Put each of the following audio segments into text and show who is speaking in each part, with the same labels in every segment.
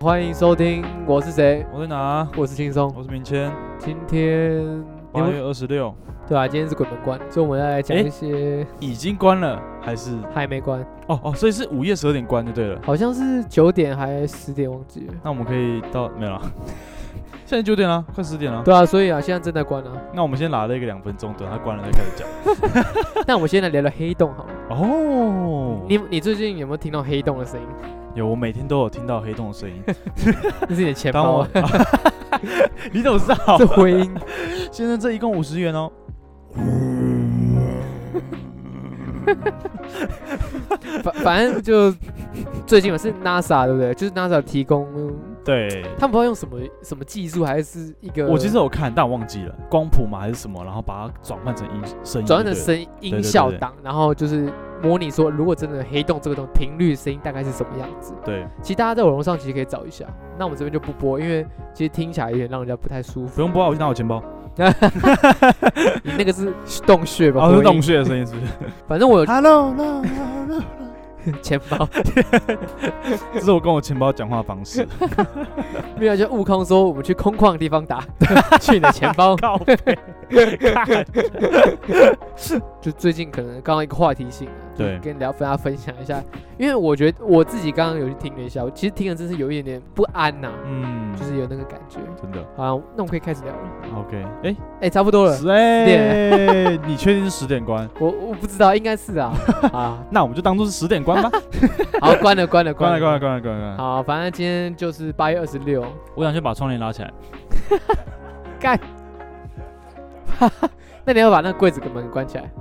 Speaker 1: 欢迎收听，我是谁？
Speaker 2: 我是哪？
Speaker 1: 我是轻松。
Speaker 2: 我是明谦，
Speaker 1: 今天你
Speaker 2: 八
Speaker 1: 们
Speaker 2: 月二十六
Speaker 1: 对啊，今天是鬼门关，所以我们要来讲
Speaker 2: 诶
Speaker 1: 一些
Speaker 2: 已经关了，还是
Speaker 1: 还没关，
Speaker 2: 哦哦，所以是午夜十二点关就对了。
Speaker 1: 好像是九点还十点忘记了。
Speaker 2: 那我们可以到没有 了，现在九点了，快十点了。
Speaker 1: 对啊，所以啊，现在正在关 啊。
Speaker 2: 那我们先拉了一个两分钟，等它关了再开始讲。
Speaker 1: 那我们先来聊聊黑洞好了。
Speaker 2: 哦，
Speaker 1: 你你最近有没有听到黑洞的声音？
Speaker 2: 有我每天都有听到黑洞的 声音。
Speaker 1: 这是你的钱
Speaker 2: 当
Speaker 1: 包
Speaker 2: 哎我
Speaker 1: 啊，，
Speaker 2: 你怎么知 道
Speaker 1: 这？回音。
Speaker 2: 先生，这一共五十元哦。
Speaker 1: 反反正就最近嘛是 NASA 对不对？就是 NASA 提供，
Speaker 2: 对，
Speaker 1: 他们不知道用什么什么技术，还是一个
Speaker 2: 我其实有看，但我忘记了光谱嘛还是什么，然后把它转换成音声音。
Speaker 1: 转换成
Speaker 2: 嗯对
Speaker 1: 声音效档，然后就是模拟说，如果真的黑洞这个东西频率声音大概是什么样子。
Speaker 2: 对，
Speaker 1: 其实大家在网络上其实可以找一下，那我们这边就不播，因为其实听起来有点让人家不太舒服。
Speaker 2: 不用播啊，我去拿我钱包。
Speaker 1: 你那个是洞穴吧？
Speaker 2: 哦，
Speaker 1: 回
Speaker 2: 是
Speaker 1: 音
Speaker 2: 洞。穴的声音是 不是？
Speaker 1: 反正我
Speaker 2: Hello, hello, hello.
Speaker 1: 有钱包，
Speaker 2: 这是我跟我钱包讲话的 方式。
Speaker 1: 没有就悟空说我们去空旷的地方打， 去你的钱包。
Speaker 2: 靠背，看
Speaker 1: 就最近可能刚刚一个话题性啊，就
Speaker 2: 对
Speaker 1: 跟大家大家分享一下，因为我觉得我自己刚刚有去听了一下，我其实听了真是有一点点不安呐、
Speaker 2: 嗯，
Speaker 1: 就是有那个感觉。
Speaker 2: 真的
Speaker 1: 好，那我们可以开始聊了。
Speaker 2: OK。哎，
Speaker 1: 哎、差不多了，
Speaker 2: 十哎，你确定是十点关？
Speaker 1: 我我不知道，应该是 啊啊，
Speaker 2: 那我们就当做是十点 关吧。
Speaker 1: 好，关了关了
Speaker 2: 关了，关了，
Speaker 1: 了。
Speaker 2: 关了，关了。关了，
Speaker 1: 好，反正今天就是八月二十六，
Speaker 2: 我想先把窗帘拉 起来。
Speaker 1: 干。那你要把那个柜子的门关起来。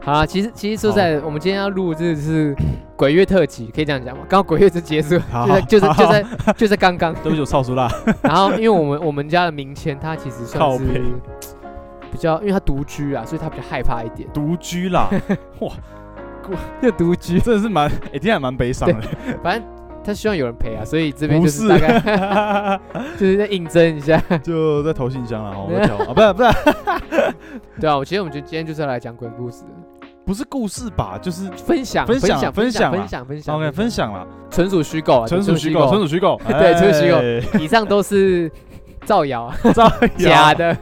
Speaker 1: 好啦，其实其实说实在的，我们今天要录这是鬼月特辑，可以这样讲吗？刚好鬼月是结束，
Speaker 2: 好
Speaker 1: 就在就在就
Speaker 2: 好
Speaker 1: 在就在刚刚。
Speaker 2: 对不起，我超速啦。
Speaker 1: 然后因为我们我们家的明谦他其实算
Speaker 2: 靠
Speaker 1: 是
Speaker 2: 北
Speaker 1: 比较，因为他独居啊，所以他比较害怕一点。
Speaker 2: 独居啦，
Speaker 1: 就独居，
Speaker 2: 真的是蛮，哎，听起来蛮悲伤的。
Speaker 1: 反正他希望有人陪啊，所以这边
Speaker 2: 不
Speaker 1: 就是
Speaker 2: 是
Speaker 1: 大概 就是在应征一下。
Speaker 2: 就在投信箱了。我在调啊，不是不是
Speaker 1: 对啊，我其实我们就今天就是要来讲鬼故事的。
Speaker 2: 不是故事吧？就是
Speaker 1: 分享
Speaker 2: 分享
Speaker 1: 享
Speaker 2: 分
Speaker 1: 享
Speaker 2: 享
Speaker 1: 分
Speaker 2: 啦
Speaker 1: 享分享
Speaker 2: OK 分享啦，
Speaker 1: 纯属虚构啊，
Speaker 2: 纯属虚构，纯属虚构。
Speaker 1: 对纯属虚构
Speaker 2: 哎，
Speaker 1: 以上都是造谣啊，
Speaker 2: 造谣
Speaker 1: 假的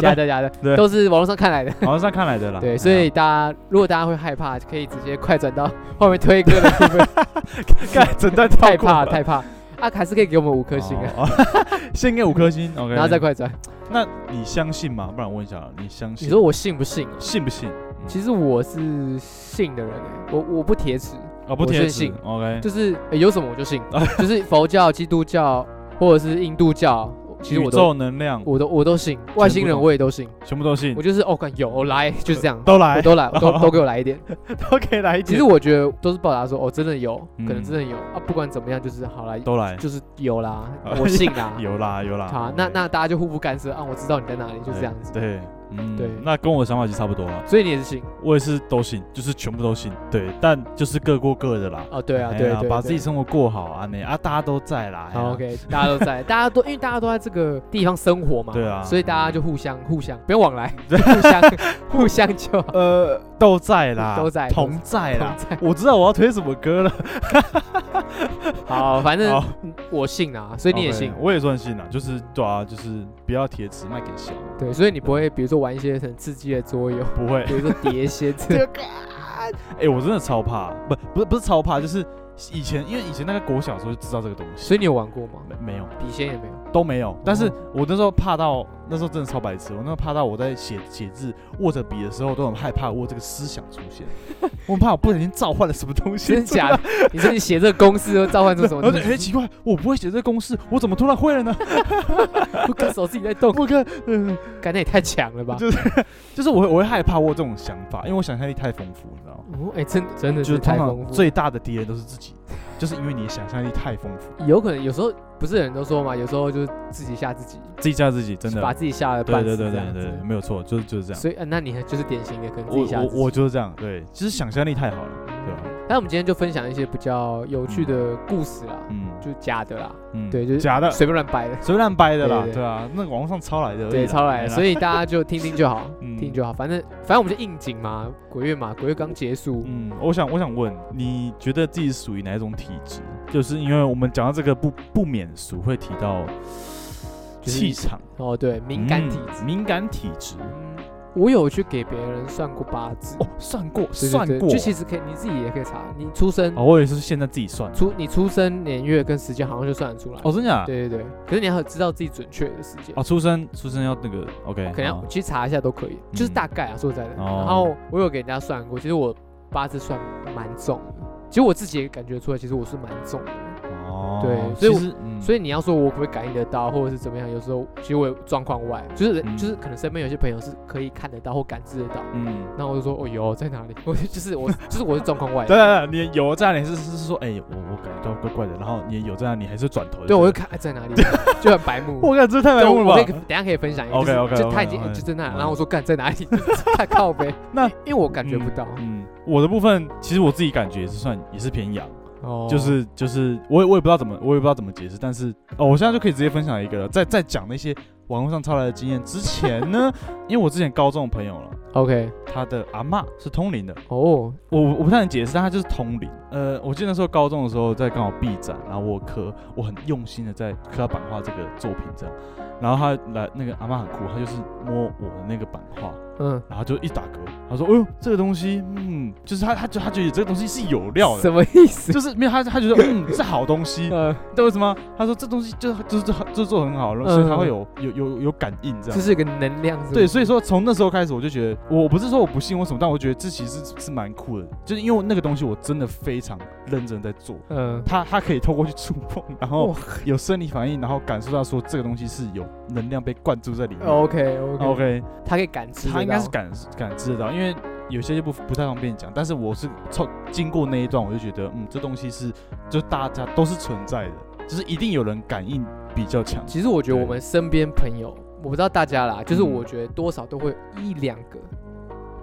Speaker 1: 假
Speaker 2: 的，
Speaker 1: 的假的，
Speaker 2: 对
Speaker 1: 都是网络上看来的。
Speaker 2: 网上看来的啦。
Speaker 1: 对，所以大家如果大家会害怕，可以直接快转到后面推歌的部 分，
Speaker 2: 看整段跳
Speaker 1: 太
Speaker 2: 过
Speaker 1: 怕
Speaker 2: 了
Speaker 1: 太怕啊，还是可以给我们五颗星啊，
Speaker 2: 哦， 先给五颗星，OK，
Speaker 1: 然后再。快转。
Speaker 2: 那你相信吗？不然我问一下，你相信？
Speaker 1: 你说我信不信啊？
Speaker 2: 信不信？嗯
Speaker 1: 其实我是信的人欸，我我不铁齿，
Speaker 2: 哦，不
Speaker 1: 我
Speaker 2: 贴
Speaker 1: 是
Speaker 2: 纸
Speaker 1: 信
Speaker 2: ，OK，
Speaker 1: 就是、欸有什么我就 信，就是佛教、基督教或者是印度教，其实
Speaker 2: 宇
Speaker 1: 我都
Speaker 2: 宙能量
Speaker 1: 我都我都信，外星人我也都信，
Speaker 2: 全部都信
Speaker 1: 我，就是哦，干有来就是这样，
Speaker 2: 都来
Speaker 1: 我，都来，我都 都给我来一点。
Speaker 2: 都可以来一
Speaker 1: 其
Speaker 2: 点
Speaker 1: 实我觉得都是报答说哦，真的有，
Speaker 2: 嗯
Speaker 1: 可能真的有啊，不管怎么样就是好啦，
Speaker 2: 都来，
Speaker 1: 就是有 啦
Speaker 2: 啊，。
Speaker 1: 我信啦
Speaker 2: 有啦有啦。
Speaker 1: 好，
Speaker 2: OK
Speaker 1: 那那大家就互不干涉啊，我知道你在哪里，就这样子。
Speaker 2: 对，嗯，
Speaker 1: 对
Speaker 2: 那跟我的想法其实差不多了。
Speaker 1: 所以你也是信
Speaker 2: 我也是都信，就是全部都信，对，但就是各过各的啦。
Speaker 1: 哦，对啊，
Speaker 2: 哎
Speaker 1: 对
Speaker 2: 呀
Speaker 1: 对，对
Speaker 2: 把自己生活过好啊，那啊，大家都在啦。哎呀
Speaker 1: 好 OK，大家都在，大家都因为大家都在这个地方生活嘛，
Speaker 2: 对啊
Speaker 1: 所以大家就互相互相不用往来， 互相互相就好。
Speaker 2: 呃，都在啦，
Speaker 1: 都在
Speaker 2: 同在啦
Speaker 1: 同在。
Speaker 2: 我知道我要推什么歌了。
Speaker 1: 好，反正
Speaker 2: 好
Speaker 1: 我信啊，所以你也
Speaker 2: OK，
Speaker 1: 信，
Speaker 2: 我也算信啦，就是对啊，就是不要铁齿卖给小，
Speaker 1: 对，所以你不会比如说玩一些很刺激的桌 游，
Speaker 2: 不 会。
Speaker 1: 比如说碟仙之类的
Speaker 2: 这个，哎，我真的超怕，不，不是不是超怕，就是以前因为以前那个国小的时候就知道这个东西，
Speaker 1: 所以你有玩过吗？
Speaker 2: 没没有
Speaker 1: 笔仙也没 有。
Speaker 2: 都没有，但是我那时候怕到那时候真的超白痴，我那时候怕到我在写写字握着笔的时候都很害怕我有这个思想出 现，我很怕我不小心召唤了什么东西，
Speaker 1: 真的假的？你说你写这个公式都召唤出什么
Speaker 2: 而
Speaker 1: 东
Speaker 2: 且哎
Speaker 1: 西？
Speaker 2: 奇怪，我不会写这个公式，我怎么突然会了呢？
Speaker 1: 我看手自己在动，
Speaker 2: 我看，嗯，
Speaker 1: 感觉也太强了吧？
Speaker 2: 就是我会我会害怕我有这种想法，因为我想象力太丰富，你知道吗？
Speaker 1: 哦，哎，真真的
Speaker 2: 就是是通
Speaker 1: 太丰
Speaker 2: 常
Speaker 1: 富。
Speaker 2: 最大的敌人都是自己，就是因为你的想象力太丰富，
Speaker 1: 有可能有时候不是人都说嘛，有时候就是自己吓自己，
Speaker 2: 自己吓自己，真的
Speaker 1: 把，自己吓得
Speaker 2: 对
Speaker 1: 半
Speaker 2: 对
Speaker 1: 死
Speaker 2: 对
Speaker 1: 这
Speaker 2: 对
Speaker 1: 样
Speaker 2: 对，
Speaker 1: 子。
Speaker 2: 没有错，就是就是这样。
Speaker 1: 所以，呃那你就是典型的可能自
Speaker 2: 我
Speaker 1: 己吓自己。
Speaker 2: 我我就是这样，对，就是想象力太好了，对吧？啊
Speaker 1: 那我们今天就分享一些比较有趣的故事啦，
Speaker 2: 嗯
Speaker 1: 就假的啦，
Speaker 2: 嗯，
Speaker 1: 对就是
Speaker 2: 假的，
Speaker 1: 随便乱掰的，
Speaker 2: 随便乱掰的啦，
Speaker 1: 对对
Speaker 2: 对啊，那网络上抄来的而已啦，哎
Speaker 1: 对，抄来的，所
Speaker 2: 以
Speaker 1: 以大家就听听就好，
Speaker 2: 嗯
Speaker 1: 听就好，反正反正我们就应景嘛，鬼月嘛，鬼月刚结束，
Speaker 2: 嗯，我想我想问，你觉得自己属于哪一种体质？就是因为我们讲到这个不不免俗会提到
Speaker 1: 就是
Speaker 2: 气场、
Speaker 1: 哦，对，敏感体
Speaker 2: 嗯
Speaker 1: 质，
Speaker 2: 敏感体质
Speaker 1: 嗯，我有去给别人算过八字，
Speaker 2: 哦，算过
Speaker 1: 对对
Speaker 2: 算
Speaker 1: 对
Speaker 2: 过，
Speaker 1: 就其实可以你自己也可以查，你出生
Speaker 2: 哦，我也是现在自己算，
Speaker 1: 出你出生年月跟时间好像就算得出来，
Speaker 2: 哦，真假？
Speaker 1: 对对对，可是你要知道自己准确的时间。
Speaker 2: 哦，出生出生要那个 OK，
Speaker 1: 可能要
Speaker 2: 好
Speaker 1: 去查一下都可以，就是大概啊，说实在的。
Speaker 2: 嗯哦
Speaker 1: 然后我有给人家算过，其实我八字算蛮重的，其实我自己也感觉出来，其实我是蛮重的。
Speaker 2: 哦，
Speaker 1: 对所以我
Speaker 2: 其实嗯
Speaker 1: 所以你要说我可不可以感应得到，或者是怎么样，有时候其实我有状况外，就是人
Speaker 2: 嗯
Speaker 1: 就是可能身边有些朋友是可以看得到或感知得到，
Speaker 2: 嗯。
Speaker 1: 然后我就说哦有在哪里， 我就就是 我就是我是状况外的
Speaker 2: 对啊对对，你有在那里是是是说，哎、我我感觉到怪怪的，然后你有在那里还是转头就
Speaker 1: 对，我
Speaker 2: 对
Speaker 1: 就
Speaker 2: 了，
Speaker 1: 看哎在 哪里，就很白目。嗯
Speaker 2: 我感觉这太白
Speaker 1: 对
Speaker 2: 目
Speaker 1: 我
Speaker 2: 了
Speaker 1: 我可以
Speaker 2: 吧？
Speaker 1: 等一下可以分享一个
Speaker 2: OK，OK，OK，
Speaker 1: 就是就他已经
Speaker 2: OK，OK，
Speaker 1: 就在那，
Speaker 2: 嗯
Speaker 1: 然后我说干在哪里， 太靠背。
Speaker 2: 那
Speaker 1: 因为我感觉不到，
Speaker 2: 嗯，我的部分其实我自己感觉也是算也是偏阳，
Speaker 1: 哦
Speaker 2: 就是就是我也我也不知道怎么我也不知道怎么解释，但是哦，我现在就可以直接分享一个了，在在讲那些网络上抄来的经验之前 呢，因为我之前高中的朋友了，
Speaker 1: 哦 OK
Speaker 2: 他的阿嬷是通灵的，
Speaker 1: 哦，
Speaker 2: 我我不太能解释，但他就是通灵。呃，我记得那时候高中的时候在刚好 B 展，然后我有刻我很用心的在刻他版画这个作品这样，然后他来那个阿嬷很酷，他就是摸我的那个版画，
Speaker 1: 嗯，
Speaker 2: 然后就一打嗝，他说：“哎呦，这个东西，嗯，就是他他就他觉得这个东西是有料的。”
Speaker 1: 什么意思？
Speaker 2: 就是没有他，他觉得嗯是好东西，
Speaker 1: 呃，
Speaker 2: 知道为什么吗？他说这东西就就是就做得很好，所以他会有有有有感应这样
Speaker 1: 这。是一个能量是吗，
Speaker 2: 对，所以说从那时候开始，我就觉得，我不是说我不信或什么，但我觉得这其实是是蛮酷的，就是因为那个东西我真的非常认真在做，
Speaker 1: 嗯，
Speaker 2: 它它可以透过去触碰，然后
Speaker 1: 哇
Speaker 2: 有生理反应，然后感受到说这个东西是有能量被灌注在里面。
Speaker 1: ，OK OK，
Speaker 2: 哦 OK，
Speaker 1: 他可以感知得到，
Speaker 2: 他应该是感感知得到，因为有些就不不太方便讲，但是我是从经过那一段，我就觉得，嗯，这东西是就大家都是存在的，就是一定有人感应比较强。
Speaker 1: 其实我觉得
Speaker 2: 对
Speaker 1: 我们身边朋友，我不知道大家啦，就是
Speaker 2: 嗯
Speaker 1: 我觉得多少都会有一两个，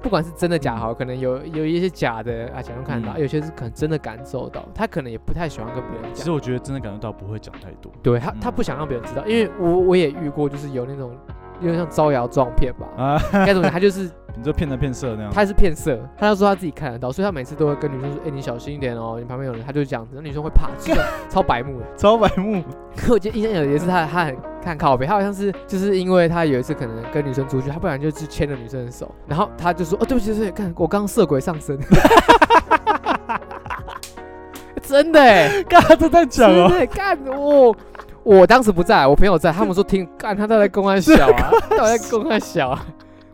Speaker 1: 不管是真的假好，可能有有一些假的啊，假装看得到，
Speaker 2: 嗯
Speaker 1: 有些是可能真的感受到，他可能也不太喜欢跟别人
Speaker 2: 其
Speaker 1: 讲
Speaker 2: 实。我觉得真的感觉到不会讲太多
Speaker 1: 对他，
Speaker 2: 嗯
Speaker 1: 他不想让别人知道，因为我我也遇过，就是有那种有点像招摇撞骗吧，
Speaker 2: 啊，
Speaker 1: 该怎么讲？他就是
Speaker 2: 你就骗来骗色那样。
Speaker 1: 他是骗色，他就说他自己看得到，所以他每次都会跟女生说：“哎、你小心一点哦，你旁边有人。”他就这样子，那女生会怕，就是 超白目的。
Speaker 2: 超白目，
Speaker 1: 可我觉得印象有一次他他很看靠背，他好像是就是因为他有一次可能跟女生出去，他不然就是牵了女生的手，然后他就说：“哦，对不起，对不起，看我刚刚色鬼上 身。”真的哎、
Speaker 2: 干这太
Speaker 1: 真
Speaker 2: 强了。
Speaker 1: 的欸干我。我当时不在，我朋友在，他们说 听，干他到底在公安小啊，到底在公安小 啊，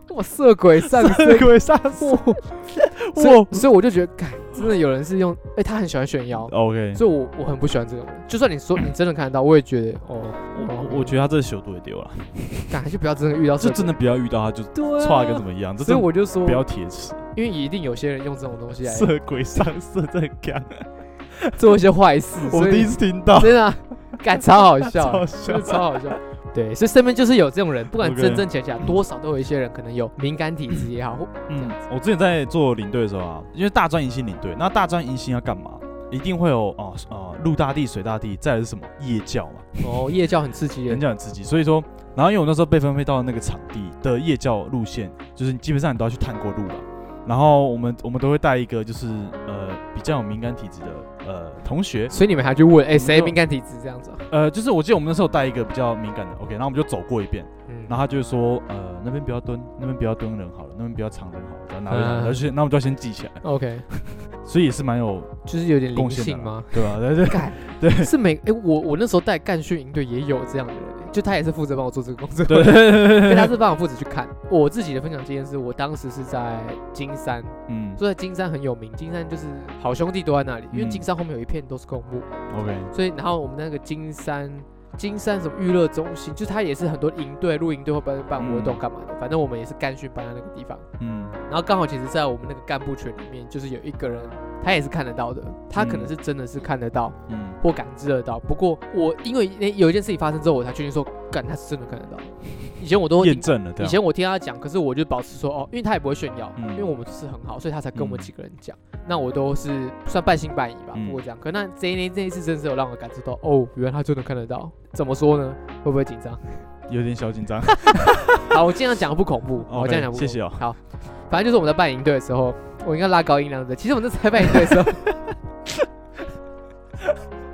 Speaker 1: 我色鬼上身，
Speaker 2: 鬼杀死
Speaker 1: 我所以
Speaker 2: 我
Speaker 1: 所以我就觉得，干，真的有人是用，哎、他很喜欢炫耀，
Speaker 2: ，OK，
Speaker 1: 所以我我很不喜欢这种人。就算你 说你真的看得到，我也觉得，哦，
Speaker 2: 我我我觉得他这个修度也丢了，
Speaker 1: 啊干还是不要真的遇到这
Speaker 2: 就
Speaker 1: 种
Speaker 2: 真的不要遇到他就
Speaker 1: 对、啊，
Speaker 2: 差跟怎么一样，这
Speaker 1: 所以
Speaker 2: 真的
Speaker 1: 我就说
Speaker 2: 不，要铁齿，
Speaker 1: 因为一定有些人用这种东西来
Speaker 2: 色鬼上色这很干，
Speaker 1: 做一些坏 事，
Speaker 2: 我
Speaker 1: 所
Speaker 2: 第一
Speaker 1: 以
Speaker 2: 次听到，
Speaker 1: 真的啊干超好笑
Speaker 2: 超
Speaker 1: 的，
Speaker 2: 笑
Speaker 1: 真的超好笑。对，所以身边就是有这种人，不管
Speaker 2: OK
Speaker 1: 真真假假，多少都有一些人可能有敏感体质也好， 或
Speaker 2: 嗯，我之前在做领队的时候啊，因为大专迎新领队，那大专迎新要干嘛？一定会有哦哦，陆大地、水大地，再来是什么夜教嘛，
Speaker 1: 哦，夜教很刺激
Speaker 2: 人
Speaker 1: 的，
Speaker 2: 家很刺激。所以说，然后因为我那时候被分配到那个场地的夜教路线，就是你基本上你都要去探过路了。然后我们我们都会带一个就是呃比较有敏感体质的呃同学，
Speaker 1: 所以你们还去问，哎、谁
Speaker 2: 就
Speaker 1: 敏感体质这样子啊、
Speaker 2: 呃就是我记得我们那时候带一个比较敏感的，OK，然后我们就走过一遍，
Speaker 1: 嗯
Speaker 2: 然后他就说呃那边不要蹲，那边不要蹲人好了，那边不要藏人好了，然后拿回
Speaker 1: 嗯
Speaker 2: 来，然后就先那我们就要先记起来，
Speaker 1: OK，
Speaker 2: 所以也是蛮有
Speaker 1: 就是有点灵
Speaker 2: 贡献
Speaker 1: 性
Speaker 2: 的
Speaker 1: 吗
Speaker 2: 啦？，对吧？ 但是
Speaker 1: 干，
Speaker 2: 对
Speaker 1: 是每哎、我我那时候带干训营队也有这样的人、就他也是负责帮我做这个工作，
Speaker 2: 对，对对
Speaker 1: 但
Speaker 2: 对
Speaker 1: 他
Speaker 2: 对，
Speaker 1: 是帮我负责去看。我自己的分享经验是我当时是在金山，
Speaker 2: 嗯
Speaker 1: 所以金山很有名，金山就是好兄弟都在那里，因为
Speaker 2: 嗯
Speaker 1: 金山后面有一片都是公墓，
Speaker 2: ，OK，
Speaker 1: 所以然后我们那个金山。金山什么娱乐中心，就它也是很多营队、露营队会办办活动
Speaker 2: 嗯
Speaker 1: 干嘛的，反正我们也是干训班的那个地方。
Speaker 2: 嗯
Speaker 1: 然后刚好其实，在我们那个干部群里面，就是有一个人，他也是看得到的，他可能
Speaker 2: 嗯
Speaker 1: 是真的是看得到
Speaker 2: 嗯
Speaker 1: 或感知得到。不过我因为那有一件事情发生之后，我才确定说，干他是真的看得 到。以前我都
Speaker 2: 验证了，对
Speaker 1: 以
Speaker 2: 啊，
Speaker 1: 前我听他讲，可是我就保持说哦，因为他也不会炫耀，
Speaker 2: 嗯
Speaker 1: 因为我们就是很好，所以他才跟我们
Speaker 2: 嗯
Speaker 1: 几个人讲。那我都是算半信半疑吧，
Speaker 2: 嗯
Speaker 1: 不过这样。可那这一那这一次真是有让我感受到，哦，原来他真的看得到。怎么说呢？会不会紧 张？
Speaker 2: 有点小紧张。
Speaker 1: 啊好，我尽量讲得不恐怖，
Speaker 2: OK，
Speaker 1: 我尽量讲不恐怖。
Speaker 2: 谢谢哦
Speaker 1: 好，反正就是我们在办营队的时候，我应该拉高音量的。其实我们在办营队的 时候。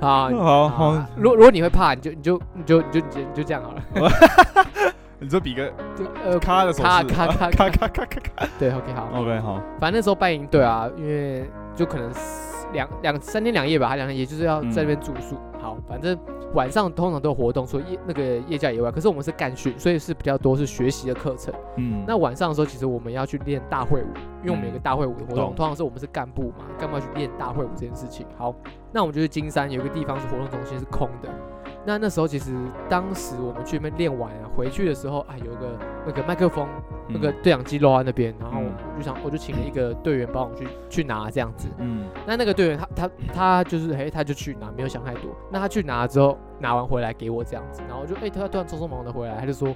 Speaker 1: 啊，
Speaker 2: 好
Speaker 1: 啊
Speaker 2: 哦好，
Speaker 1: 如果如果你会怕，你就你就你就你就你就你就这样好了，
Speaker 2: 你这比个
Speaker 1: 就呃
Speaker 2: 咔的手势，
Speaker 1: 咔咔咔
Speaker 2: 咔
Speaker 1: 咔，
Speaker 2: 咔咔咔咔。
Speaker 1: 对，OK 好，
Speaker 2: OK，好，
Speaker 1: 反正那时候办营队啊，因为就可能是两两三天两夜吧，还两天，也就是要在那边住宿。好，反正晚上通常都有活动，除了夜那个夜教以外，可是我们是干训，所以是比较多是学习的课程。
Speaker 2: 嗯，
Speaker 1: 那晚上的时候，其实我们要去练大会舞，因为我们有个大会舞的活动，
Speaker 2: 懂
Speaker 1: 通常是我们是干部嘛，干部要去练大会舞这件事情。好，那我们就是金山有一个地方是活动中心是空的。那那时候其实当时我们去那边练完啊，回去的时候啊，有一个那个麦克风那个对讲机落在那边，然后
Speaker 2: 嗯
Speaker 1: 我就想，我就请了一个队员帮我去去拿这样子。
Speaker 2: 嗯，
Speaker 1: 那那个队员他他他就是哎，他就去拿，没有想太多。那他去拿之后，拿完回来给我这样子，然后我就哎、他突然匆匆忙忙的回来，他就说，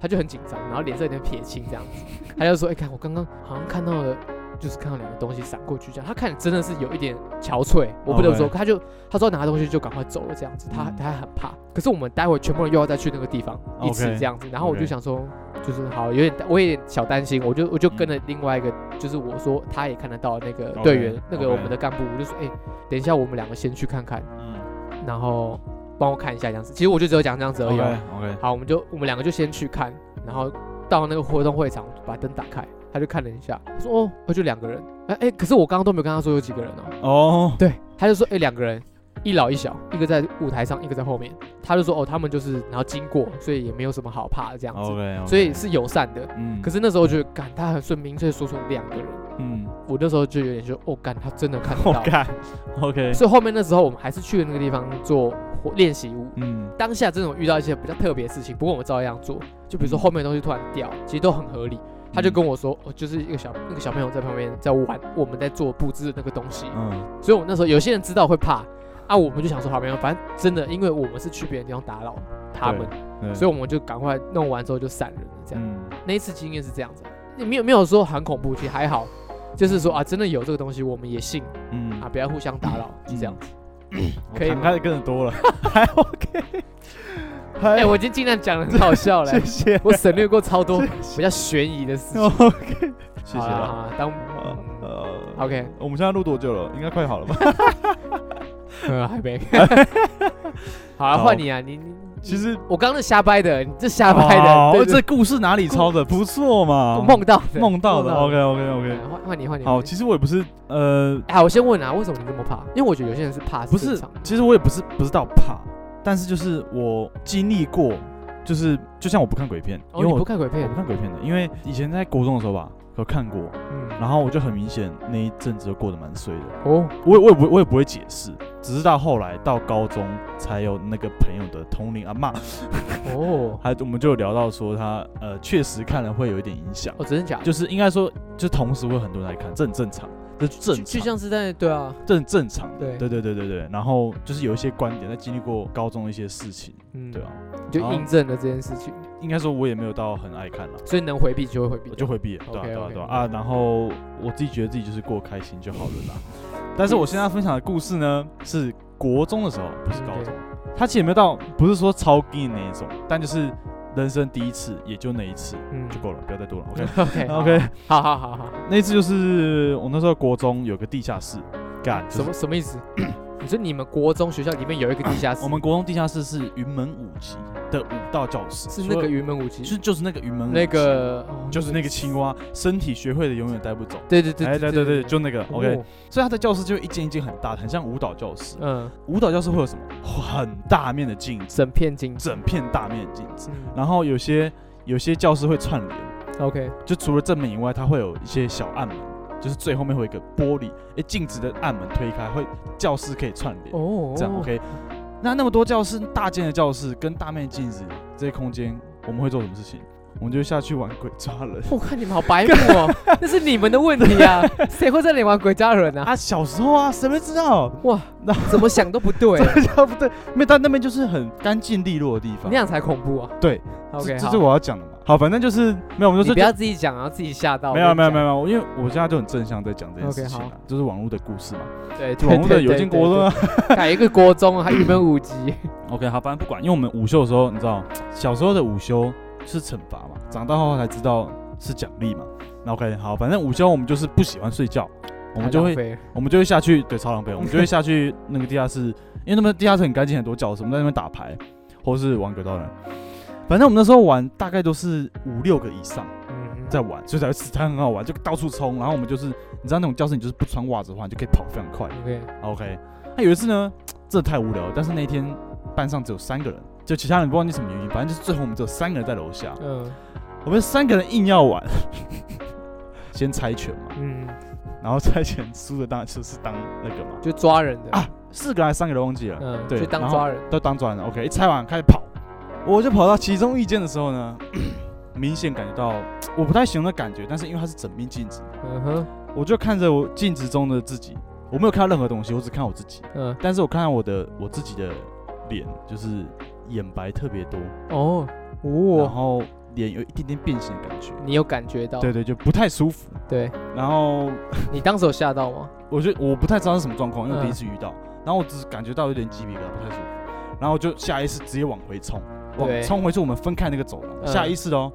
Speaker 1: 他就很紧张，然后脸色有点撇青这样子，他就说，哎、看我刚刚好像看到了。就是看到两个东西闪过去，这样他看真的是有一点憔悴，我不得不说
Speaker 2: OK
Speaker 1: 他就他说拿东西就赶快走了这样子，他
Speaker 2: 哦嗯
Speaker 1: 他还很怕。可是我们待会全部人又要再去那个地方一次
Speaker 2: OK
Speaker 1: 这样子，然后我就
Speaker 2: OK
Speaker 1: 想说，就是好有点我有点小担心，我就我就跟了另外一个，就是我说他也看得到那个
Speaker 2: OK，
Speaker 1: 队员那个我
Speaker 2: OK
Speaker 1: 们的干部，我就说，哎、等一下我们两个先去看看，
Speaker 2: 嗯
Speaker 1: 然后帮我看一下这样子。其实我就只有讲这样子而已哦、
Speaker 2: ，OK，
Speaker 1: 好，我们就我们两个就先去看，然后到那个活动会场把灯打开，他就看了一下，他说哦，呃就两个人，哎、哎、可是我刚刚都没有跟他说有几个人哦、
Speaker 2: 哦，
Speaker 1: 对，他就说哎两、个人。一老一小，一个在舞台上，一个在后面。他就说：“哦，他们就是然后经过，所以也没有什么好怕的这样子
Speaker 2: 哦 OK，
Speaker 1: 所以，是友善的。
Speaker 2: 嗯，
Speaker 1: 可
Speaker 2: 是，
Speaker 1: 是那时候就感他很顺明确说出两个人，
Speaker 2: 嗯，
Speaker 1: 我那时候就有点说，哦，感他真的看得
Speaker 2: 我
Speaker 1: 到。
Speaker 2: 干，OK，
Speaker 1: 所以后面那时候我们还是去了那个地方做活练习舞。
Speaker 2: 嗯，
Speaker 1: 当下真的有遇到一些比较特别的事情，不过我们照样做，就比如说
Speaker 2: 嗯
Speaker 1: 后面的东西突然掉，其实都很合理。他就跟我说，哦，就是一个小那个小朋友在旁边在玩我们在做布置的那个东西，
Speaker 2: 嗯，
Speaker 1: 所以我那时候有些人知道会怕啊，我们就想说好没有，反正真的因为我们是去别的地方打扰他们，
Speaker 2: 嗯，
Speaker 1: 所以我们就赶快弄完之后就散人了这样。
Speaker 2: 嗯，
Speaker 1: 那一次经验是这样子，也没有没有说很恐怖，其实还好，就是说啊，真的有这个东西，我们也信
Speaker 2: 嗯
Speaker 1: 啊，，不要互相打扰，就这样。 可
Speaker 2: 可
Speaker 1: 以
Speaker 2: 以
Speaker 1: 吗
Speaker 2: 谈开的更多 了，还 OK，
Speaker 1: 哎、
Speaker 2: 还
Speaker 1: 我已经尽量讲的很好笑了
Speaker 2: 嗯谢，谢
Speaker 1: 我省略过超多比较悬疑的事情。
Speaker 2: ，OK，谢谢
Speaker 1: 好啦好
Speaker 2: 了，
Speaker 1: 啦 当
Speaker 2: 呃
Speaker 1: 嗯
Speaker 2: 呃
Speaker 1: OK，
Speaker 2: 我们现在录多久了？应该快好了吧？
Speaker 1: 呃还没。好啊，
Speaker 2: 好
Speaker 1: 换你啊，你你
Speaker 2: 其实
Speaker 1: 我刚刚是瞎掰的，你这瞎掰的，
Speaker 2: 哦
Speaker 1: 对
Speaker 2: 这故事哪里抄的？不错嘛，
Speaker 1: 我梦到的
Speaker 2: 梦到的。OK
Speaker 1: 的
Speaker 2: OK OK。
Speaker 1: 嗯换换你换你。
Speaker 2: 好，
Speaker 1: 换你
Speaker 2: 其实我也不是呃，
Speaker 1: 哎，我先问啊，为什么你这么怕？因为我觉得有些人是怕
Speaker 2: 不
Speaker 1: 正
Speaker 2: 是
Speaker 1: 常的，
Speaker 2: 其实我也不是不知道怕，但是就是我经历过，就是就像我不看鬼片，
Speaker 1: 哦，
Speaker 2: 因为
Speaker 1: 你
Speaker 2: 我
Speaker 1: 不看鬼
Speaker 2: 我
Speaker 1: 片
Speaker 2: 不，看鬼片的，因为以前在国中的时候吧，有看过，
Speaker 1: 嗯，
Speaker 2: 然后我就很明显那一阵子就过得蛮衰的，
Speaker 1: 哦，
Speaker 2: 我也我也不我也不会解释，只是到后来到高中才有那个朋友的同龄阿嬷，
Speaker 1: 哦，
Speaker 2: 还我们就有聊到说他呃确实看了会有一点影响。
Speaker 1: 哦，真的假的？
Speaker 2: 就是应该说，就同时会有很多人来看，这很正常，这正
Speaker 1: 就
Speaker 2: 常，
Speaker 1: 就像是在对啊，
Speaker 2: 这很正常的。
Speaker 1: 对
Speaker 2: 对对对对对。然后就是有一些观点，在经历过高中一些事情，
Speaker 1: 嗯，
Speaker 2: 对啊，
Speaker 1: 你就印证了这件事情，
Speaker 2: 应该说我也没有到很爱看了。
Speaker 1: 所以能回避就会回避
Speaker 2: 我
Speaker 1: 掉，
Speaker 2: 就回避了，对啊
Speaker 1: OK，
Speaker 2: 对啊
Speaker 1: OK
Speaker 2: 对啊啊！然后我自己觉得自己就是过开心就好了 啦。但是我现在分享的故事呢，是国中的时候，不是高中。
Speaker 1: 嗯
Speaker 2: 他其实也没有到，不是说超 gay 那一种，但就是人生第一次，也就那一次
Speaker 1: 嗯
Speaker 2: 就够了，不要再多了。OK，
Speaker 1: ，OK
Speaker 2: OK
Speaker 1: 好好好好，
Speaker 2: 那一次就是我那时候国中有个地下室，干就是
Speaker 1: 什么什么意 思？你说你们国中学校里面有一个地下室
Speaker 2: 我，们国中地下室是云门舞集的武道教室，
Speaker 1: 是那
Speaker 2: 所
Speaker 1: 个
Speaker 2: 以
Speaker 1: 云门舞集，
Speaker 2: 是就是那个云门舞集
Speaker 1: 那个哦
Speaker 2: 就是那个青蛙，身体学会的永远带不走。
Speaker 1: 对对对
Speaker 2: 哎，对对对，就那个 OK，
Speaker 1: 哦
Speaker 2: 所以他的教室就一间一间很大，很像舞蹈教室。
Speaker 1: 嗯，
Speaker 2: 舞蹈教室会有什么？很大面的镜子，
Speaker 1: 整片金子，
Speaker 2: 整片大面的镜子。
Speaker 1: 嗯
Speaker 2: 然后有些有些教室会串联，
Speaker 1: ，OK，
Speaker 2: 就除了正门以外，它会有一些小暗门，就是最后面会有一个玻璃，哎，镜子的暗门推开，会教室可以串联。
Speaker 1: 哦，
Speaker 2: 这样 OK。那那么多教室，大间的教室跟大面镜子这些空间，我们会做什么事情？我们就下去玩鬼抓人。
Speaker 1: 我看你们好白目 哦，那是你们的问题啊，谁会在里玩鬼抓人啊？
Speaker 2: 啊，小时候啊，谁会知道？
Speaker 1: 哇
Speaker 2: 那，
Speaker 1: 怎么想都不对，
Speaker 2: 啊，不对，因为他那边就是很干净利落的地方
Speaker 1: 那。样才恐怖啊。
Speaker 2: 对这
Speaker 1: OK，
Speaker 2: 这是
Speaker 1: 好，
Speaker 2: 我要讲的嘛。好，反正就是没有，我们就
Speaker 1: 你
Speaker 2: 是
Speaker 1: 不要自己讲，然后自己吓到。
Speaker 2: 没有没有
Speaker 1: 我
Speaker 2: 没
Speaker 1: 跟
Speaker 2: 有没有，因为我现在就很正向在讲这件
Speaker 1: OK，
Speaker 2: 事情、啊
Speaker 1: 好
Speaker 2: 就是网络的故事嘛，
Speaker 1: 你讲，对，
Speaker 2: 网络的
Speaker 1: 对
Speaker 2: 有进国论、，啊。
Speaker 1: 对对对改一个国中啊还语文五级，
Speaker 2: OK，好，反正不管，因为我们午休的时候，你知道，小时候的午休是惩罚嘛，长大后才知道是奖励嘛。那 OK，好，反正午休我们就是不喜欢睡觉， 我们就会
Speaker 1: 太浪费了
Speaker 2: 我们就会下去，对，超 浪费，我们就会下去那个地下室，因为那边地下室很干净，很多角色，我们在那边打牌，或是玩格斗人。反正我们那时候玩大概都是五六个以上
Speaker 1: 嗯
Speaker 2: 在玩，所以才会死它很好玩，就到处冲。然后我们就是，你知道那种教室，你就是不穿袜子的话，你就可以跑非常快。
Speaker 1: 嗯 OK，
Speaker 2: OK，那有一次呢，这太无聊了，但是那天班上只有三个人，就其他人不知道你什么原因，反正就是最后我们只有三个人在楼下，
Speaker 1: 嗯
Speaker 2: 我们三个人硬要玩，先猜拳嘛，
Speaker 1: 嗯，
Speaker 2: 然后猜拳输的当然就是当那个嘛，
Speaker 1: 就抓人的
Speaker 2: 啊四个还是三个人忘记了，
Speaker 1: 嗯，
Speaker 2: 对
Speaker 1: 就当
Speaker 2: 然后
Speaker 1: 抓人，
Speaker 2: 都当转了。OK，一猜完开始跑，我就跑到其中一间的时候呢， 明显感觉到我不太喜欢的感觉，但是因为它是整面镜子，
Speaker 1: 嗯哼，
Speaker 2: 我就看着我镜子中的自己，我没有看到任何东西，我只看我自己。
Speaker 1: 嗯，
Speaker 2: 但是我看到我的我自己的脸，就是眼白特别多，
Speaker 1: 哦，
Speaker 2: 然
Speaker 1: 哦，
Speaker 2: 后脸有一点点变形的感觉，
Speaker 1: 你有感觉到？
Speaker 2: 对对，就不太舒服。
Speaker 1: 对，
Speaker 2: 然后
Speaker 1: 你当时有吓到吗？
Speaker 2: 我就我不太知道是什么状况，因为
Speaker 1: 嗯
Speaker 2: 我第一次遇到，然后我只是感觉到有点鸡皮疙瘩，不太舒服，然后我就下意识直接往回冲，往
Speaker 1: 对
Speaker 2: 冲回去我们分开那个走廊，
Speaker 1: 嗯
Speaker 2: 下意识的哦。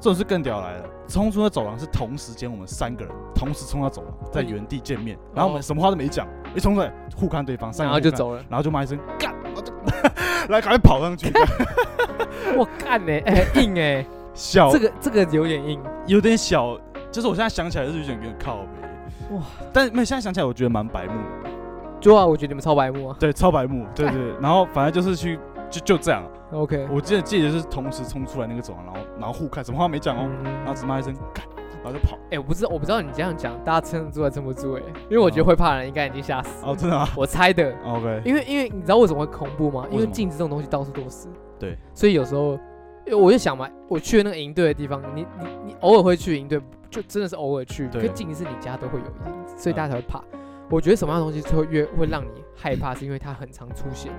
Speaker 2: 这种是更屌来了，冲出那走廊是同时间我们三个人同时冲到走廊，在原地见面，然后我们
Speaker 1: 嗯哦
Speaker 2: 什么话都没讲，一冲出来互看对方，三
Speaker 1: 然
Speaker 2: 个
Speaker 1: 后
Speaker 2: 人
Speaker 1: 就
Speaker 2: 互看，
Speaker 1: 走了。
Speaker 2: 然后就骂一声干， 然后就然后赶快跑 上去，
Speaker 1: 我干呢， 哎，硬哎，
Speaker 2: 小
Speaker 1: 这个这个有点硬，
Speaker 2: 有点小，就是我现在想起来就是有点有点靠背。哇
Speaker 1: 哇！
Speaker 2: 但没有现在想起来，我觉得蛮白目的，
Speaker 1: 对啊，我觉得你们超白目啊。
Speaker 2: 对，超白目，对 对对。然后反正就是去就就这样，
Speaker 1: OK，
Speaker 2: 我记得记得就是同时冲出来那个走廊，然后然后互看，什么话没讲哦，然后
Speaker 1: 嗯，
Speaker 2: 只骂一声干，然后就跑。
Speaker 1: 哎，我不知道，我不知道你这样讲，大家撑得住还撑不住哎，因为我觉得
Speaker 2: 哦
Speaker 1: 会怕的人应该已经吓死了，
Speaker 2: 哦，真的吗哦
Speaker 1: 我猜的。
Speaker 2: ？OK，
Speaker 1: 因为因为你知道为什么会恐怖吗？因
Speaker 2: 为
Speaker 1: 为
Speaker 2: 什么
Speaker 1: 镜子这种东西到处都是。
Speaker 2: 对。
Speaker 1: 所以有时候，因为我就想嘛，我去那个营队的地方，你你你偶尔会去营队，就真的是偶尔去。
Speaker 2: 对
Speaker 1: 可镜子是你家都会有一样，所以大家才会怕。我觉得什么样的东西最后越会让你害怕，是因为它很常出现，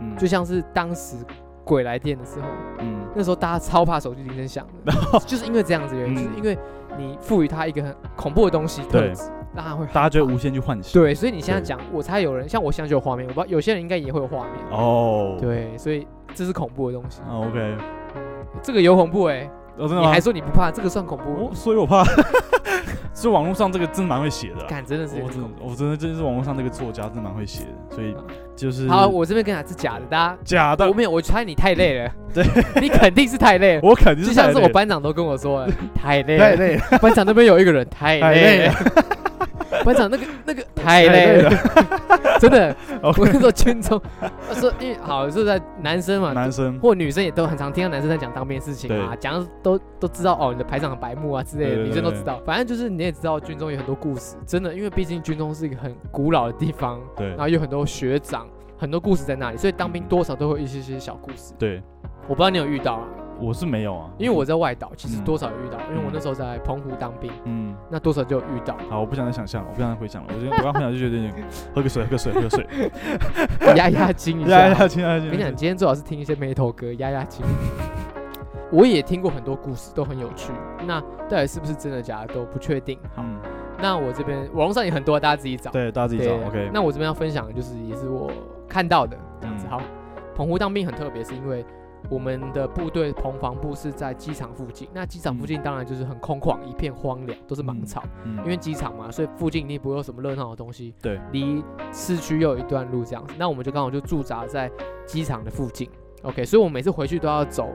Speaker 2: 嗯
Speaker 1: 就像是当时鬼来电的时候，
Speaker 2: 嗯
Speaker 1: 那时候大家超怕手机铃声响 的，就是因为这样子的原因，
Speaker 2: 嗯
Speaker 1: 就是因为你赋予它一个很恐怖的东西特
Speaker 2: 对
Speaker 1: 质，让它会
Speaker 2: 大家就
Speaker 1: 害
Speaker 2: 会
Speaker 1: 怕
Speaker 2: 无限去幻想。
Speaker 1: 对，所以你现在
Speaker 2: 对
Speaker 1: 讲，我猜有人像我现在就有画面，我不知道有些人应该也会有画面。
Speaker 2: 哦，
Speaker 1: 对，所以这是恐怖的东西。
Speaker 2: 啊，OK，
Speaker 1: 这个有恐怖哎、
Speaker 2: 哦，真的
Speaker 1: 你
Speaker 2: 吗哦
Speaker 1: 还？说你不怕，这个算恐怖
Speaker 2: 我？所以我怕， 是网络上这个真蛮会写的啦。啊
Speaker 1: 感真的是有
Speaker 2: 我
Speaker 1: 点
Speaker 2: 真
Speaker 1: 恐
Speaker 2: 的我真的真的是网络上这个作家真的蛮会写的，所以就是
Speaker 1: 怖。好，我这边跟你讲是假的， 大
Speaker 2: 假
Speaker 1: 家
Speaker 2: 的
Speaker 1: 我，没有，我猜你太累了，
Speaker 2: 对，
Speaker 1: 你肯定是太累了。
Speaker 2: 我肯定
Speaker 1: 就是像是
Speaker 2: 太
Speaker 1: 我
Speaker 2: 累
Speaker 1: 班长都跟我说 了，太累
Speaker 2: 太
Speaker 1: 了。
Speaker 2: 累了，
Speaker 1: 班长那边有一个人太
Speaker 2: 太
Speaker 1: 累
Speaker 2: 累了
Speaker 1: 了，班长那个那个太累了，真的。我
Speaker 2: OK
Speaker 1: 跟你说，军中说，因为好是在男生嘛，
Speaker 2: 男生
Speaker 1: 或女生也都很常听到男生在讲当兵的事情啊，讲都都知道哦，你的排长很白目啊之类的，
Speaker 2: 对对对
Speaker 1: 女生都知道。反正就是你也知道，军中有很多故事，真的，因为毕竟军中是一个很古老的地方，
Speaker 2: 对
Speaker 1: 然后有很多学长，很多故事在那里，所以当兵
Speaker 2: 嗯
Speaker 1: 多少都会有一些些小故事。
Speaker 2: 对，
Speaker 1: 我不知道你有遇到啊，
Speaker 2: 我是没有啊，
Speaker 1: 因为我在外岛，其实
Speaker 2: 嗯
Speaker 1: 多少有遇到，因为我
Speaker 2: 嗯
Speaker 1: 那时候在澎湖当兵，
Speaker 2: 嗯，
Speaker 1: 那多少就有遇 到。
Speaker 2: 好，我不想再想象了，我不想再回想了，我觉得我刚回想就觉得有点喝个水，喝个水，喝个水，
Speaker 1: 压压惊一
Speaker 2: 压
Speaker 1: 下。
Speaker 2: 压惊压
Speaker 1: 跟你讲，
Speaker 2: 惊，
Speaker 1: 今天最好是听一些眉头歌压压惊。 我也听过很多故事，都很有趣。那到底是不是真的假的都不确定。好，
Speaker 2: 嗯，
Speaker 1: 那我这边网络上也很多，大家自己找。
Speaker 2: 对，大家自
Speaker 1: 对，
Speaker 2: 己找，OK，
Speaker 1: 那我这边要分享的就是也是我看到的这样子。
Speaker 2: 嗯
Speaker 1: 好，澎湖当兵很特别，是因为我们的部队澎防部是在机场附近。那机场附近当然就是很空旷，一片荒凉，都是
Speaker 2: 嗯
Speaker 1: 芒草。
Speaker 2: 嗯
Speaker 1: 因为机场嘛，所以附近一定不会有什么热闹的东西。
Speaker 2: 对，
Speaker 1: 离市区又有一段路这样子，那我们就刚好就驻扎在机场的附近。OK，所以我每次回去都要走，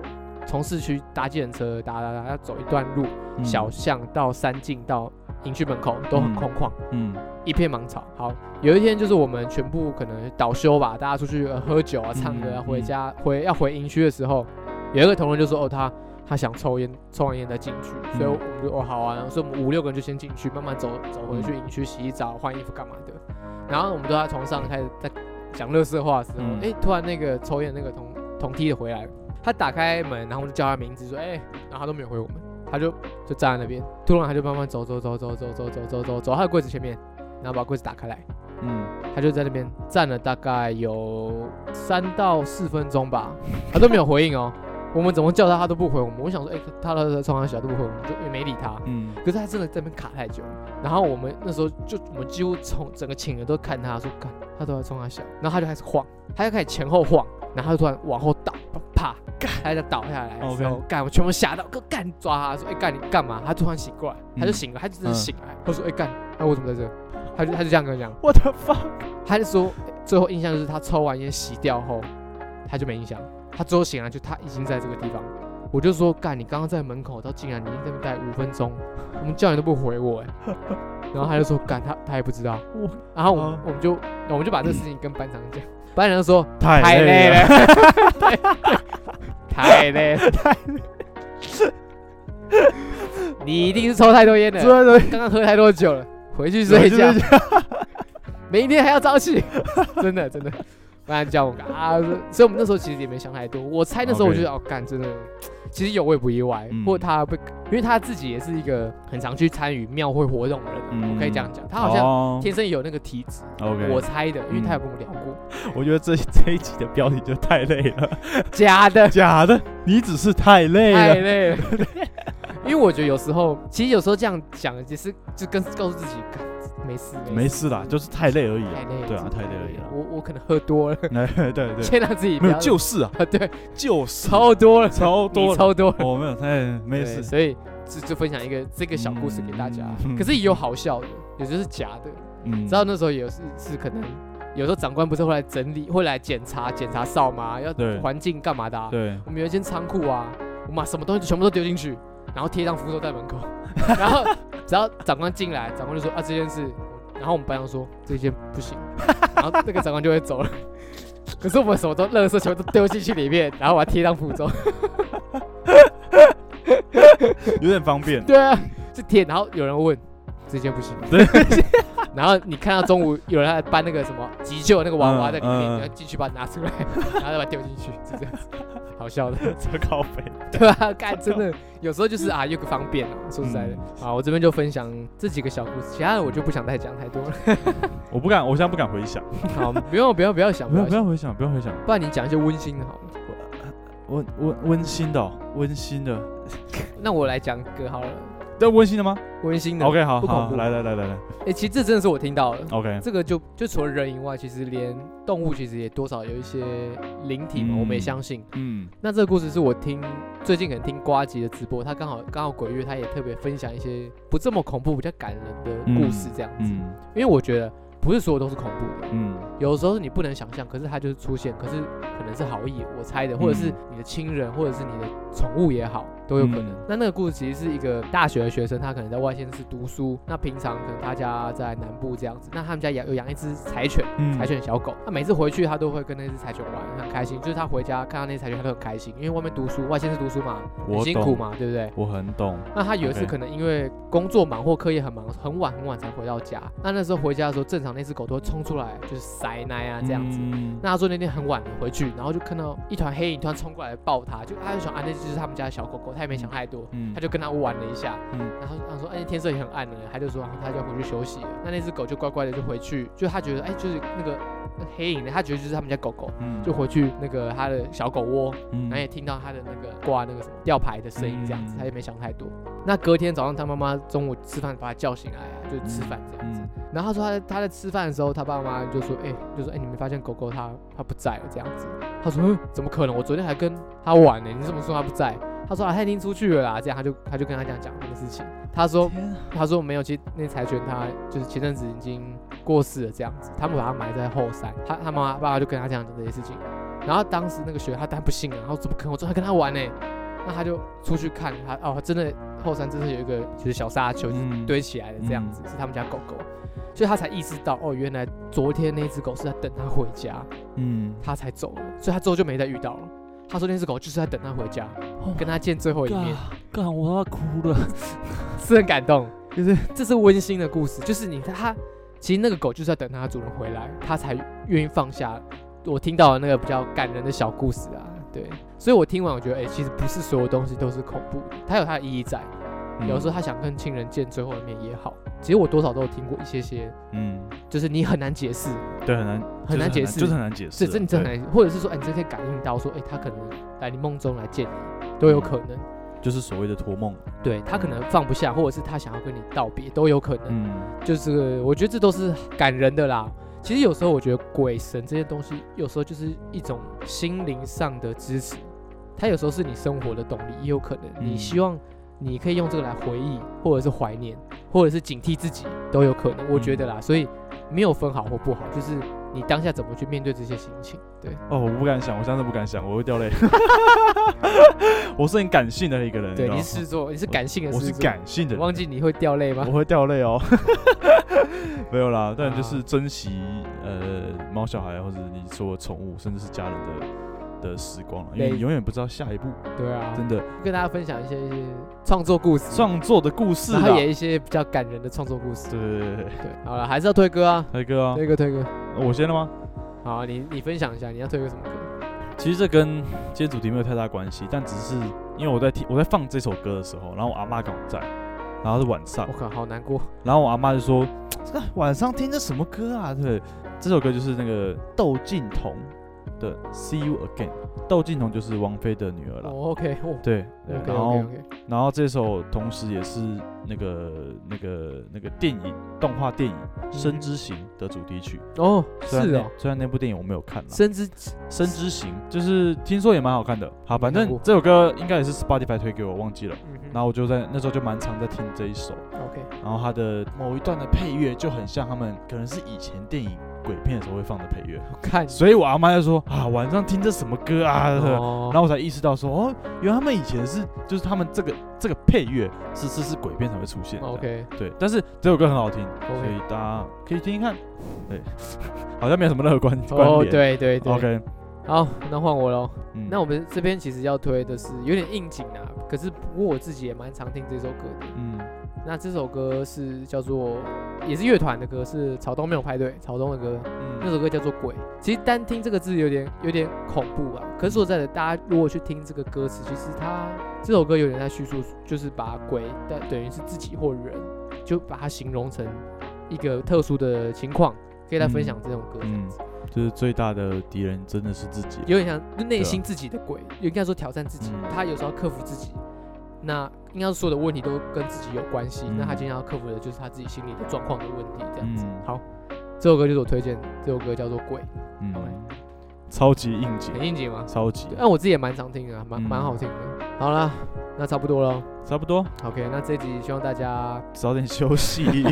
Speaker 1: 从市区搭计程车，搭搭搭，要走一段路，
Speaker 2: 嗯
Speaker 1: 小巷到山径到营区门口都很
Speaker 2: 嗯
Speaker 1: 空旷，
Speaker 2: 嗯
Speaker 1: 一片芒草。好，有一天就是我们全部可能倒休吧，大家出去、呃喝酒啊、唱歌啊，
Speaker 2: 嗯
Speaker 1: 回家回要回营区的时候，有一个同仁就说：“哦，他他想抽烟，抽完烟再进去。”所以
Speaker 2: 嗯
Speaker 1: 我们就哦好啊，然后所以我们五六个人就先进去，慢慢走走回
Speaker 2: 嗯
Speaker 1: 去营区洗澡、换衣服干嘛的。然后我们都在床上开始在讲乐色话的时候，
Speaker 2: 嗯
Speaker 1: 哎、突然那个抽烟的那个同同梯的回来，他打开门，然后我就叫他名字，说哎、然后他都没有回我们，他就就站在那边，突然他就慢慢走走走走走走走走走走到他的柜子前面，然后把柜子打开来，
Speaker 2: 嗯，
Speaker 1: 他就在那边站了大概有三到四分钟吧，他都没有回应哦。我们怎么叫他，他都不回我们。我想说，哎、他的床上小都不回我们，就也没理他。
Speaker 2: 嗯，
Speaker 1: 可是他真的在那边卡太久了，然后我们那时候就我们几乎从整个寝人都看他说，看他都在冲他笑，然后他就开始晃，他就开始前后晃，然后他就突然往后倒，啪，干，他就倒下来的时候，
Speaker 2: OK
Speaker 1: 干，我全部吓到，哥干抓他说，哎、干你干嘛？他突然醒过来，他就醒了，他就真的醒来，他说，哎、干，那、我怎么在这？他就他就这样跟我讲，
Speaker 2: 我的 fuck，
Speaker 1: 他就说呃最后印象就是他抽完烟洗掉后，他就没印象。他最后醒来就他已经在这个地方。我就说干，你刚刚在门口，到竟然你已经在那边待五分钟，我们叫你都不回我哎。然后他就说干，他他也不知道
Speaker 2: 我。
Speaker 1: 然后我们、
Speaker 2: 啊
Speaker 1: 我们就我们就把这个事情跟班长讲，班长就说
Speaker 2: 太
Speaker 1: 嗯太累
Speaker 2: 了，
Speaker 1: 了，对 太累了，太累了。你一定是抽太多烟了，
Speaker 2: 真的
Speaker 1: 刚刚喝太多酒了，回去睡觉
Speaker 2: 回去，
Speaker 1: 明天还要早起， 真的真的，不然叫我干啊！所以我们那时候其实也没想太多，我猜那时候我就
Speaker 2: OK
Speaker 1: 想哦干，真的，其实有我也不意外，
Speaker 2: 嗯
Speaker 1: 或他被，因为他自己也是一个很常去参与庙会活动的人，
Speaker 2: 嗯哦
Speaker 1: 我可以这样讲，他好像
Speaker 2: 好
Speaker 1: 天生有那个体质，
Speaker 2: OK，
Speaker 1: 我
Speaker 2: 我
Speaker 1: 猜的，因为他有跟我聊过，
Speaker 2: 我觉得这这一集的标题就太累 了，
Speaker 1: 假的，
Speaker 2: 嗯假的，哎你只是太累
Speaker 1: 太
Speaker 2: 了，
Speaker 1: 累了。 因为我觉得有时候，其实有时候这样讲也是，就跟告诉自己，干没事
Speaker 2: 没事啦，就是太累而已
Speaker 1: 太
Speaker 2: 啊，
Speaker 1: 累了，
Speaker 2: 对啊，太累而已啊，
Speaker 1: 我我可能喝多了，
Speaker 2: 哎， 对对，
Speaker 1: 先让自己不
Speaker 2: 没
Speaker 1: 要
Speaker 2: 有就是啊，
Speaker 1: 啊，对，
Speaker 2: 就是
Speaker 1: 超多了，
Speaker 2: 超
Speaker 1: 你
Speaker 2: 多 了，
Speaker 1: 超多了，
Speaker 2: 我没有，哎，没
Speaker 1: 对
Speaker 2: 事，
Speaker 1: 所以就就分享一个这个小故事给大家。
Speaker 2: 嗯
Speaker 1: 可是也有好笑的，有就是假的。
Speaker 2: 嗯
Speaker 1: 你知道那时候也是是可能，有时候长官不是会来整理，会来检查检查哨吗？要
Speaker 2: 对
Speaker 1: 环境干嘛的、啊？
Speaker 2: 对，
Speaker 1: 我们有一间仓库啊，我们把什么东西全部都丢进去，然后贴一张符咒在门口， 然后只要长官进来，长官就说啊这件事，然后我们班长说这件不行， 然后那个长官就会走了。可是我们什么都垃圾全部都丢进去里面，然后把它贴一张符咒，
Speaker 2: 有点方 便，
Speaker 1: 对啊，就贴。然后有人问这件不行，
Speaker 2: 对，
Speaker 1: 然后你看到中午有人在搬那个什么急救的那个娃娃在里面，
Speaker 2: 嗯嗯
Speaker 1: 你要进去把它拿出来， 然后再把它丢进去，就这样子，好笑的。
Speaker 2: 这靠背，
Speaker 1: 对啊，干真的有时候就是啊，有个方便啊。说实在的
Speaker 2: 嗯，
Speaker 1: 啊，我这边就分享这几个小故事，其他的我就不想再讲太 多了。
Speaker 2: 我不敢，我现在不敢回想，
Speaker 1: 好，不用不用不要想，
Speaker 2: 不
Speaker 1: 不
Speaker 2: 要
Speaker 1: 要
Speaker 2: 不
Speaker 1: 想，
Speaker 2: 要回想，不要回想。
Speaker 1: 不然你讲一些温馨的好了。
Speaker 2: 温温温馨的、哦，温馨的，
Speaker 1: 那我来讲一个好了，
Speaker 2: 这温馨的吗
Speaker 1: 温馨的。
Speaker 2: 嗯？OK，好
Speaker 1: 不恐
Speaker 2: 好，
Speaker 1: 怖
Speaker 2: 来来来来来
Speaker 1: 哎，其实这真的是我听到了。
Speaker 2: ，OK，
Speaker 1: 这个就就除了人以外，其实连动物其实也多少有一些灵体嘛，
Speaker 2: 嗯
Speaker 1: 我们也相信。
Speaker 2: 嗯
Speaker 1: 那这个故事是我听最近可能听瓜吉的直播，他刚好刚好鬼月，他也特别分享一些不这么恐怖、比较感人的故事这样子。
Speaker 2: 嗯
Speaker 1: 因为我觉得不是所有都是恐怖的，
Speaker 2: 嗯
Speaker 1: 有的时候是你不能想象，可是它就是出现，可是可能是好意，我猜的，或者是你的亲人，或者是你的宠物也好，都有可能。
Speaker 2: 嗯
Speaker 1: 那那个故事其实是一个大学的学生，他可能在外县市读书，那平常可能他家在南部这样子，那他们家养有养一只柴犬，
Speaker 2: 嗯
Speaker 1: 柴，犬小狗，他每次回去他都会跟那只柴犬玩，很开心。就是他回家看到那只柴犬，他都很开心，因为外面读书，外县市读书嘛，很
Speaker 2: 我
Speaker 1: 辛苦
Speaker 2: 懂，
Speaker 1: 嘛，对不对？
Speaker 2: 我很懂，
Speaker 1: 那他有一次
Speaker 2: OK
Speaker 1: 可能因为工作忙或课业很忙，很晚很晚才回到家。那那时候回家的时候，正常那只狗都会冲出来，就是塞奶啊这样子。
Speaker 2: 嗯
Speaker 1: 那他说那天很晚了回去，然后就看到一团黑影突然冲过来抱他，就他就想啊那就是他们家的小狗狗，他也没想太多，
Speaker 2: 嗯
Speaker 1: 他就跟他玩了一下，
Speaker 2: 嗯
Speaker 1: 然后他说哎、天色也很暗了，他就说、啊、他就要回去休息了。那那只狗就乖乖的就回去，就他觉得哎、就是那个那黑影，他觉得就是他们家狗狗，
Speaker 2: 嗯
Speaker 1: 就回哎去那个他的小狗窝，然后也
Speaker 2: 嗯
Speaker 1: 听到他的那个挂那个什么吊牌的声音，这样子，
Speaker 2: 嗯
Speaker 1: 他也没想太多。那隔天早上，他妈妈中午吃饭把他叫醒来啊，就吃饭这样子。
Speaker 2: 嗯
Speaker 1: 然后他说他在他在吃饭的时候，他爸妈就说，哎、就说哎、你没发现狗狗它它不在了这样子？他说，嗯，怎么可能？我昨天还跟他玩呢、你怎么说它不在？他说啊，他已经出去了啦，这样他就他就跟他这样讲这个事情。他说
Speaker 2: 天啊
Speaker 1: 他说没有，其实那柴犬它就是前阵子已经过世了这样子，他们把它埋在后山。他他妈妈爸爸就跟他讲这些事情，然后当时那个学他当然不信啊了，然后怎么可能我昨天跟他玩呢？那他就出去看他哦，真的后山真的有一个就是小沙丘，就是
Speaker 2: 嗯
Speaker 1: 堆起来的这样子，是他们家狗狗，所以他才意识到哦，原来昨天那只狗是在等他回家，
Speaker 2: 嗯，
Speaker 1: 他才走了，所以他之后就没再遇到了。他说那只狗就是在等他回家，
Speaker 2: Oh
Speaker 1: 跟他见最后一面，
Speaker 2: 干我要哭了，
Speaker 1: 是很感动。
Speaker 2: 就是
Speaker 1: 这是温馨的故事，就是你他其实那个狗就是要等它主人回来，它才愿意放下。我听到的那个比较感人的小故事啊，对，所以我听完我觉得，哎、其实不是所有东西都是恐怖的，它有它的意义在。
Speaker 2: 嗯
Speaker 1: 有时候他想跟亲人见最后一面也好，其实我多少都有听过一些些，
Speaker 2: 嗯，
Speaker 1: 就是你很难解释，
Speaker 2: 嗯，对，很难
Speaker 1: 很难解释
Speaker 2: 就是很难解释
Speaker 1: 是
Speaker 2: 啊，
Speaker 1: 真的真的
Speaker 2: 对
Speaker 1: 很难，或者是说，哎、你真的可以感应到说，哎、他可能来你梦中来见你，都有可能。
Speaker 2: 就是所谓的托梦，
Speaker 1: 对他可能放不下，或者是他想要跟你道别，都有可能。
Speaker 2: 嗯，
Speaker 1: 就是我觉得这都是感人的啦。其实有时候我觉得鬼神这些东西，有时候就是一种心灵上的支持，它有时候是你生活的动力，也有可能你
Speaker 2: 嗯
Speaker 1: 希望你可以用这个来回忆，或者是怀念，或者是警惕自己，都有可能。我觉
Speaker 2: 嗯
Speaker 1: 得啦，所以没有分好或不好，就是你当下怎么去面对这些心情。对，
Speaker 2: 哦，我不敢想，我真的不敢想，我会掉 泪。我是很感性的一个人，
Speaker 1: 对，
Speaker 2: 知道
Speaker 1: 你
Speaker 2: 吗
Speaker 1: 是狮子座，你是感性的狮
Speaker 2: 啊我
Speaker 1: 子
Speaker 2: 是
Speaker 1: 座，
Speaker 2: 感性的人，
Speaker 1: 忘记你会掉泪吗
Speaker 2: 我？会掉泪 哦。没有啦，但就是
Speaker 1: 啊
Speaker 2: 珍惜呃猫小孩或者你说宠物，甚至是家人的的时光啦，啊因为
Speaker 1: 对
Speaker 2: 你永远不知道下一步
Speaker 1: 对啊，
Speaker 2: 真的
Speaker 1: 跟大家分享一些创作故事，
Speaker 2: 创作的故事啊
Speaker 1: 然
Speaker 2: 啦。
Speaker 1: 后也一些比较感人的创作故事。
Speaker 2: 对对对对对，
Speaker 1: 对，好了，还是要推歌啊，
Speaker 2: 泰哥啊，
Speaker 1: 推歌推歌。
Speaker 2: 我先了吗？
Speaker 1: 好，你你分享一下你要推歌什么歌？
Speaker 2: 其实这跟今天主题没有太大关系，但只是因为我在听我在放这首歌的时候，然后我阿妈刚好在，然后是晚上
Speaker 1: 我，靠，好难过。
Speaker 2: 然后我阿妈就说：“这个晚上听这什么歌啊？”对，这首歌就是那个窦靖童的《See You Again》，窦靖童就是王菲的女儿啦。
Speaker 1: 哦，OK，哦
Speaker 2: 对，对
Speaker 1: ，OK
Speaker 2: 然后
Speaker 1: OK OK，
Speaker 2: 然后这首同时也是那个那个那个电影动画电影《生之行》的主题曲。
Speaker 1: 哦，
Speaker 2: 虽然
Speaker 1: 是
Speaker 2: 那
Speaker 1: 哦，
Speaker 2: 虽然那部电影我没有看啦，
Speaker 1: 深知
Speaker 2: 生之行》就是听说也蛮好看的。好，反
Speaker 1: 没看
Speaker 2: 正
Speaker 1: 过
Speaker 2: 这首歌应该也是 Spotify 推给我，忘记了。
Speaker 1: 嗯
Speaker 2: 然后我就在那时候就蛮常在听这一首，
Speaker 1: 后 OK，
Speaker 2: 然后它的某一段的配乐就很像他们可能是以前电影鬼片的时候会放的配 乐，
Speaker 1: 我看
Speaker 2: 所以我阿妈就说啊晚上听这什么歌啊，
Speaker 1: 哦
Speaker 2: 然后我才意识到说哦，原来他们以前是就是他们这个这个配乐是是是鬼片才会出现的
Speaker 1: 哦 OK
Speaker 2: 对，但是这首歌很好听，所
Speaker 1: OK，
Speaker 2: 以大家可以听听看，对， 好像没有什么乐观关
Speaker 1: 哦，
Speaker 2: 联
Speaker 1: 对对对
Speaker 2: ，OK，
Speaker 1: 好，那换我喽。
Speaker 2: 嗯
Speaker 1: 那我们这边其实要推的是有点应景啊，可是不过我自己也蛮常听这首歌的。
Speaker 2: 嗯
Speaker 1: 那这首歌是叫做，也是乐团的歌，是草东没有派对，草东的歌。那
Speaker 2: 嗯
Speaker 1: 首歌叫做《鬼》，其实单听这个字有点有点恐怖啊。可是说实在的，大家如果去听这个歌词，其实它这首歌有点在叙述，就是把鬼的等于是自己或人，就把它形容成一个特殊的情况，可以来分
Speaker 2: 嗯
Speaker 1: 享这种歌这样子，
Speaker 2: 就是最大的敌人真的是自己，啊
Speaker 1: 有点像就内心自己的鬼，应该说挑战自己
Speaker 2: 嗯，
Speaker 1: 他有时候要克服自己。那应该所有的问题都跟自己有关系，
Speaker 2: 嗯
Speaker 1: 那他今天要克服的就是他自己心里的状况的问题，这样子。
Speaker 2: 嗯
Speaker 1: 好，这首歌就是我推荐，这首歌叫做《鬼》，
Speaker 2: 嗯
Speaker 1: 好嘞，
Speaker 2: 超级应景
Speaker 1: 很，应景吗？
Speaker 2: 超级啊
Speaker 1: 对，，但哦我自己也蛮常听的啊，蛮
Speaker 2: 嗯
Speaker 1: 蛮好听的。好啦，那差不多了。
Speaker 2: 差不多，
Speaker 1: OK，那这一集希望大家
Speaker 2: 早点休息，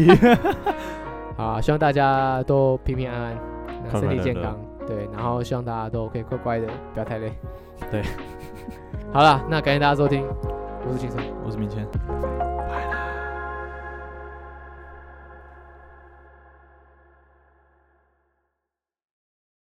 Speaker 1: 啊，希望大家都平平安安，那
Speaker 2: 快快
Speaker 1: 身体健
Speaker 2: 乐乐
Speaker 1: 康。对，然后希望大家都可以乖乖的，不要太累。
Speaker 2: 对，
Speaker 1: 好啦，那感谢大家收听，我是秦晨。
Speaker 2: 我是明谦。